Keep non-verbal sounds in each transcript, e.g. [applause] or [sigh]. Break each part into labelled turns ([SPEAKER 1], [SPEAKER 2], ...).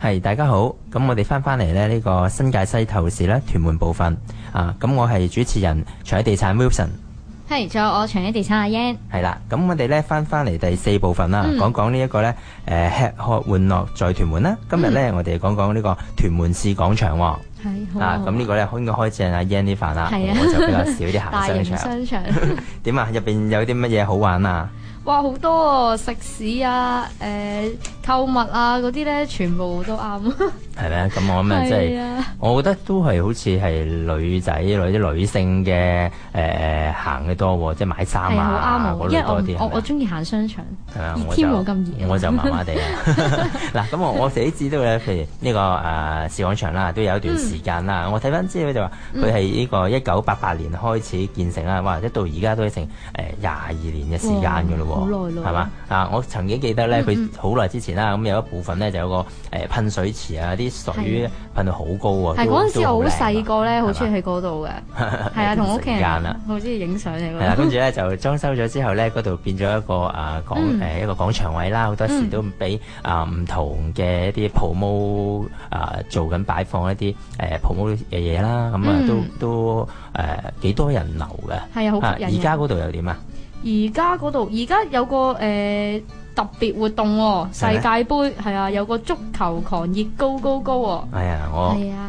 [SPEAKER 1] 係大家好，咁我哋翻返嚟咧呢個新界西透視咧屯門部分啊，咁我係主持人長地產 Wilson，
[SPEAKER 2] 係，仲有我長一地產阿 Yan，
[SPEAKER 1] 係啦，咁我哋咧翻返嚟第四部分啦，
[SPEAKER 2] 嗯
[SPEAKER 1] 講講呢一個咧誒吃喝玩樂在屯門啦，今日
[SPEAKER 2] 嗯
[SPEAKER 1] 咧我哋講講呢個屯門市廣場喎，
[SPEAKER 2] 係好
[SPEAKER 1] 啊，咁呢個咧應該開正阿 Yan 呢飯啦，
[SPEAKER 2] 哦係啊
[SPEAKER 1] 我就比較少啲
[SPEAKER 2] [laughs] 大
[SPEAKER 1] 行商場，
[SPEAKER 2] 型商場，
[SPEAKER 1] [laughs] 點啊？入邊有啲乜嘢好玩啊？
[SPEAKER 2] 哇好多啊食肆啊、誒、購物啊嗰啲咧，全部都啱，
[SPEAKER 1] 係咪啊？咁我咁啊，即係。
[SPEAKER 2] 啊，
[SPEAKER 1] [laughs] 我覺得都係好似係女仔女啲女性嘅誒誒行嘅多喎，即係買衫
[SPEAKER 2] 係
[SPEAKER 1] 啊
[SPEAKER 2] 好啱
[SPEAKER 1] 嗰
[SPEAKER 2] 我，因
[SPEAKER 1] 類
[SPEAKER 2] 為我
[SPEAKER 1] 多啲
[SPEAKER 2] 唔我
[SPEAKER 1] 係咪
[SPEAKER 2] 我
[SPEAKER 1] 啊？
[SPEAKER 2] 中意行商場，
[SPEAKER 1] 係啊
[SPEAKER 2] 熱天冇咁熱啊
[SPEAKER 1] 我就麻麻地
[SPEAKER 2] [laughs]
[SPEAKER 1] 啊！ [laughs] 嗱，咁我我自己知道咧，譬如呢個誒市廣場啦，都有一段時間啦。我睇翻資料就話
[SPEAKER 2] 嗯
[SPEAKER 1] 佢係呢個一九八八年開始建成啦，哇！一到而家都成誒廿二年嘅時間㗎咯喎，
[SPEAKER 2] 哇好耐咯嗯
[SPEAKER 1] 係嘛？啊，我曾經記得咧，佢好耐之前啦，咁有一部分咧就有個誒噴水池啊，啲水噴到好高喎，
[SPEAKER 2] 係
[SPEAKER 1] 哦都
[SPEAKER 2] 嗰陣
[SPEAKER 1] 都
[SPEAKER 2] 時我
[SPEAKER 1] 靚
[SPEAKER 2] 好
[SPEAKER 1] 啊
[SPEAKER 2] 細個咧，好中
[SPEAKER 1] 係
[SPEAKER 2] 意
[SPEAKER 1] 嘛
[SPEAKER 2] 去嗰度嘅，係
[SPEAKER 1] [laughs]
[SPEAKER 2] 啊，同屋企
[SPEAKER 1] 時間啦
[SPEAKER 2] 人好中意影相
[SPEAKER 1] 係
[SPEAKER 2] 嚟
[SPEAKER 1] 啊啦，跟
[SPEAKER 2] 㗎，
[SPEAKER 1] 住咧就裝修咗之後咧，嗰度變咗一個啊廣
[SPEAKER 2] 嗯
[SPEAKER 1] 誒一個廣場位啦，好多時都俾啊唔同嘅一啲 promo 啊做緊擺放一啲誒 promo 嘅嘢啦，咁啊
[SPEAKER 2] 嗯
[SPEAKER 1] 都都誒幾多人流嘅。
[SPEAKER 2] 係啊，
[SPEAKER 1] 啊
[SPEAKER 2] 好吸
[SPEAKER 1] 而
[SPEAKER 2] 引
[SPEAKER 1] 家
[SPEAKER 2] 嘅。
[SPEAKER 1] 嗰度又點啊？
[SPEAKER 2] 而家嗰度而家有個誒、呃特別活動喎、世
[SPEAKER 1] 係咩
[SPEAKER 2] 界盃係啊，有個足球狂熱高高高喎、
[SPEAKER 1] 哎呀，我
[SPEAKER 2] 係啊，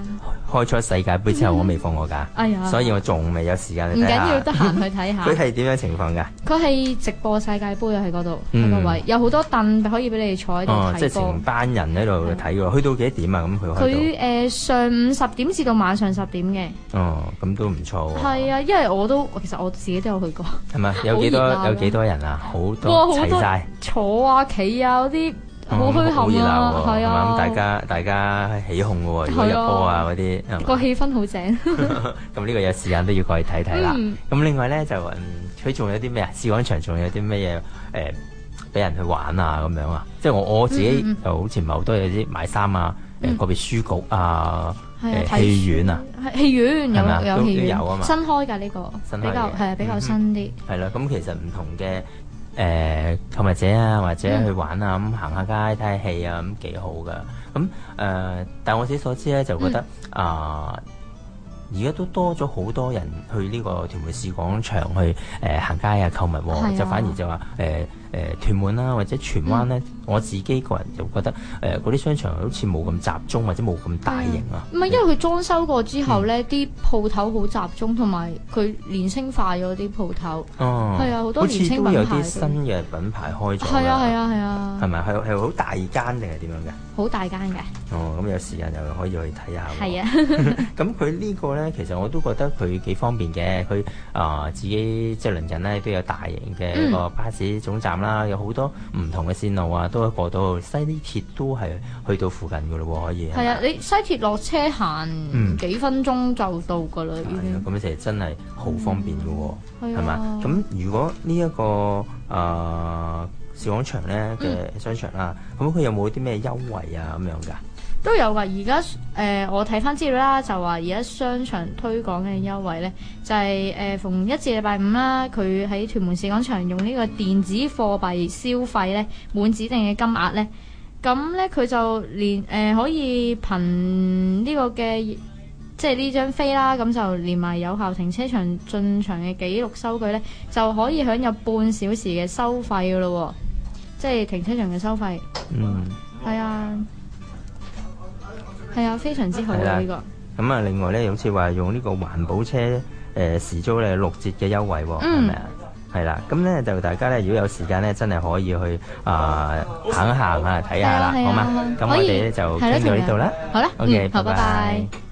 [SPEAKER 1] 開咗世界盃之後，我未放過假，
[SPEAKER 2] 哎呀，
[SPEAKER 1] [laughs] 所以我仲未有時間
[SPEAKER 2] 唔
[SPEAKER 1] 去睇
[SPEAKER 2] 緊要，
[SPEAKER 1] 下。
[SPEAKER 2] 得閒去睇下
[SPEAKER 1] 佢。係點樣情況㗎？
[SPEAKER 2] 佢係直播世界盃啊，喺嗰度
[SPEAKER 1] 嗯
[SPEAKER 2] 喺個位，有好多凳可以俾你坐喺度
[SPEAKER 1] 哦，即係
[SPEAKER 2] 睇波
[SPEAKER 1] 成。班人喺度睇喎，去到幾多點啊？咁佢
[SPEAKER 2] 佢
[SPEAKER 1] 開
[SPEAKER 2] 誒、呃上午十點至到晚上十點嘅，
[SPEAKER 1] 到，哦，咁都唔錯喎。
[SPEAKER 2] 係啊，因為我都其實我自己都有去過， [laughs]
[SPEAKER 1] 係咪？有幾
[SPEAKER 2] 好熱
[SPEAKER 1] 多
[SPEAKER 2] 鬧
[SPEAKER 1] 有幾多人啊？好
[SPEAKER 2] 哇
[SPEAKER 1] 多
[SPEAKER 2] 好
[SPEAKER 1] 齊
[SPEAKER 2] 多
[SPEAKER 1] 晒，
[SPEAKER 2] 坐啊、企啊嗰啲好虛
[SPEAKER 1] 嗯好熱
[SPEAKER 2] 冚啊，
[SPEAKER 1] 鬧喎
[SPEAKER 2] 係
[SPEAKER 1] 係嘛
[SPEAKER 2] 啊，
[SPEAKER 1] 咁大家大家起哄嘅喎，如果入
[SPEAKER 2] 係啊
[SPEAKER 1] 波啊嗰啲係
[SPEAKER 2] 個
[SPEAKER 1] 嘛，
[SPEAKER 2] 氣氛好正。
[SPEAKER 1] 咁呢個有時間都要過去睇睇啦
[SPEAKER 2] 嗯。
[SPEAKER 1] 咁另外咧就嗯，佢仲有啲咩啊？試廣場仲有啲咩嘢誒？俾人去玩啊咁樣啊，即係我我自己
[SPEAKER 2] 嗯嗯
[SPEAKER 1] 就好似唔係好多有啲買衫啊，誒
[SPEAKER 2] 嗯
[SPEAKER 1] 個別書局啊，
[SPEAKER 2] 係啊
[SPEAKER 1] 誒
[SPEAKER 2] 睇
[SPEAKER 1] 戲院啊，
[SPEAKER 2] 係戲院
[SPEAKER 1] 係咪啊
[SPEAKER 2] 有
[SPEAKER 1] 都
[SPEAKER 2] 有戲
[SPEAKER 1] 都
[SPEAKER 2] 院
[SPEAKER 1] 有啊嘛
[SPEAKER 2] 新開㗎呢個，
[SPEAKER 1] 新開嘅嗯
[SPEAKER 2] 比較係啊比較新啲。
[SPEAKER 1] 係啦，咁其實唔同嘅誒購物者啊，或者
[SPEAKER 2] 嗯
[SPEAKER 1] 去玩啊，咁行下街睇下戲啊，咁幾好噶。咁誒、呃但我自己所知咧，就覺得
[SPEAKER 2] 嗯
[SPEAKER 1] 啊，而家、都多咗好多人去呢個屯門市廣場去誒、呃行街啊、購物喎、
[SPEAKER 2] 係啊
[SPEAKER 1] 就反而就話誒誒屯門啦、或者荃灣咧，
[SPEAKER 2] 嗯
[SPEAKER 1] 我自己個人就覺得誒嗰啲商場好似冇咁集中，或者冇咁大型啊。
[SPEAKER 2] 唔係因為佢裝修過之後
[SPEAKER 1] 嗯
[SPEAKER 2] 咧，啲鋪頭好集中，同埋佢年輕化咗啲鋪頭。
[SPEAKER 1] 哦，
[SPEAKER 2] 係啊好多
[SPEAKER 1] 好似
[SPEAKER 2] 年青
[SPEAKER 1] 都有
[SPEAKER 2] 品牌
[SPEAKER 1] 啲
[SPEAKER 2] 嘅
[SPEAKER 1] 新嘅品牌開咗
[SPEAKER 2] 係啊係
[SPEAKER 1] 啊，
[SPEAKER 2] 啊係
[SPEAKER 1] 係
[SPEAKER 2] 啊，
[SPEAKER 1] 咪係係好大間定係點樣嘅？
[SPEAKER 2] 好大間嘅，
[SPEAKER 1] 哦，咁有時間又可以去睇下喎。
[SPEAKER 2] 係啊。
[SPEAKER 1] 咁佢呢個呢，其實我都覺得佢幾方便嘅。佢啊、自己即係鄰近呢，都有大型嘅
[SPEAKER 2] 嗯
[SPEAKER 1] 一個巴士總站啦，有好多唔同嘅線路啊，都可以過到去西啲鐵都係去到附近嘅咯喎，可以。
[SPEAKER 2] 係啊，你西鐵落車
[SPEAKER 1] 嗯
[SPEAKER 2] 行幾分鐘就到㗎啦，已
[SPEAKER 1] 係啊
[SPEAKER 2] 經。
[SPEAKER 1] 咁其實真係好方便嘅喎，
[SPEAKER 2] 嗯係啊
[SPEAKER 1] 係嘛？咁如果呢、一個啊、市廣場呢嘅商場啦，咁佢、有冇啲咩優惠啊咁樣㗎？
[SPEAKER 2] 都有㗎，而家誒我睇翻資料啦，就話而家商場推廣嘅優惠呢，就係、誒、逢一至禮拜五啦，佢喺屯門市廣場用呢個電子貨幣消費呢，滿指定嘅金額呢，咁呢，佢就連誒、呃可以憑呢個嘅即係呢張飛啦，咁就連埋有效停車場進場嘅記錄收據呢，就可以享有半小時嘅收費㗎咯喎，即係停車場嘅收費。
[SPEAKER 1] 嗯。
[SPEAKER 2] 係啊，係啊，非常之好
[SPEAKER 1] 係啦
[SPEAKER 2] 啊呢個。
[SPEAKER 1] 咁啊，另外咧，好似話用呢個環保車誒、呃、時租咧六折嘅優惠喎，係
[SPEAKER 2] 嗯
[SPEAKER 1] 咪啊？係啦，咁咧就大家咧，如果有時間咧，真係可以去啊、行一行啊，睇下啦，
[SPEAKER 2] 係啊係啊
[SPEAKER 1] 好嘛？咁我
[SPEAKER 2] 可以
[SPEAKER 1] 哋咧就
[SPEAKER 2] 係啦
[SPEAKER 1] 傾到呢度啦。
[SPEAKER 2] 好啦，
[SPEAKER 1] OK，
[SPEAKER 2] 嗯，好，
[SPEAKER 1] 拜
[SPEAKER 2] 拜拜
[SPEAKER 1] 拜。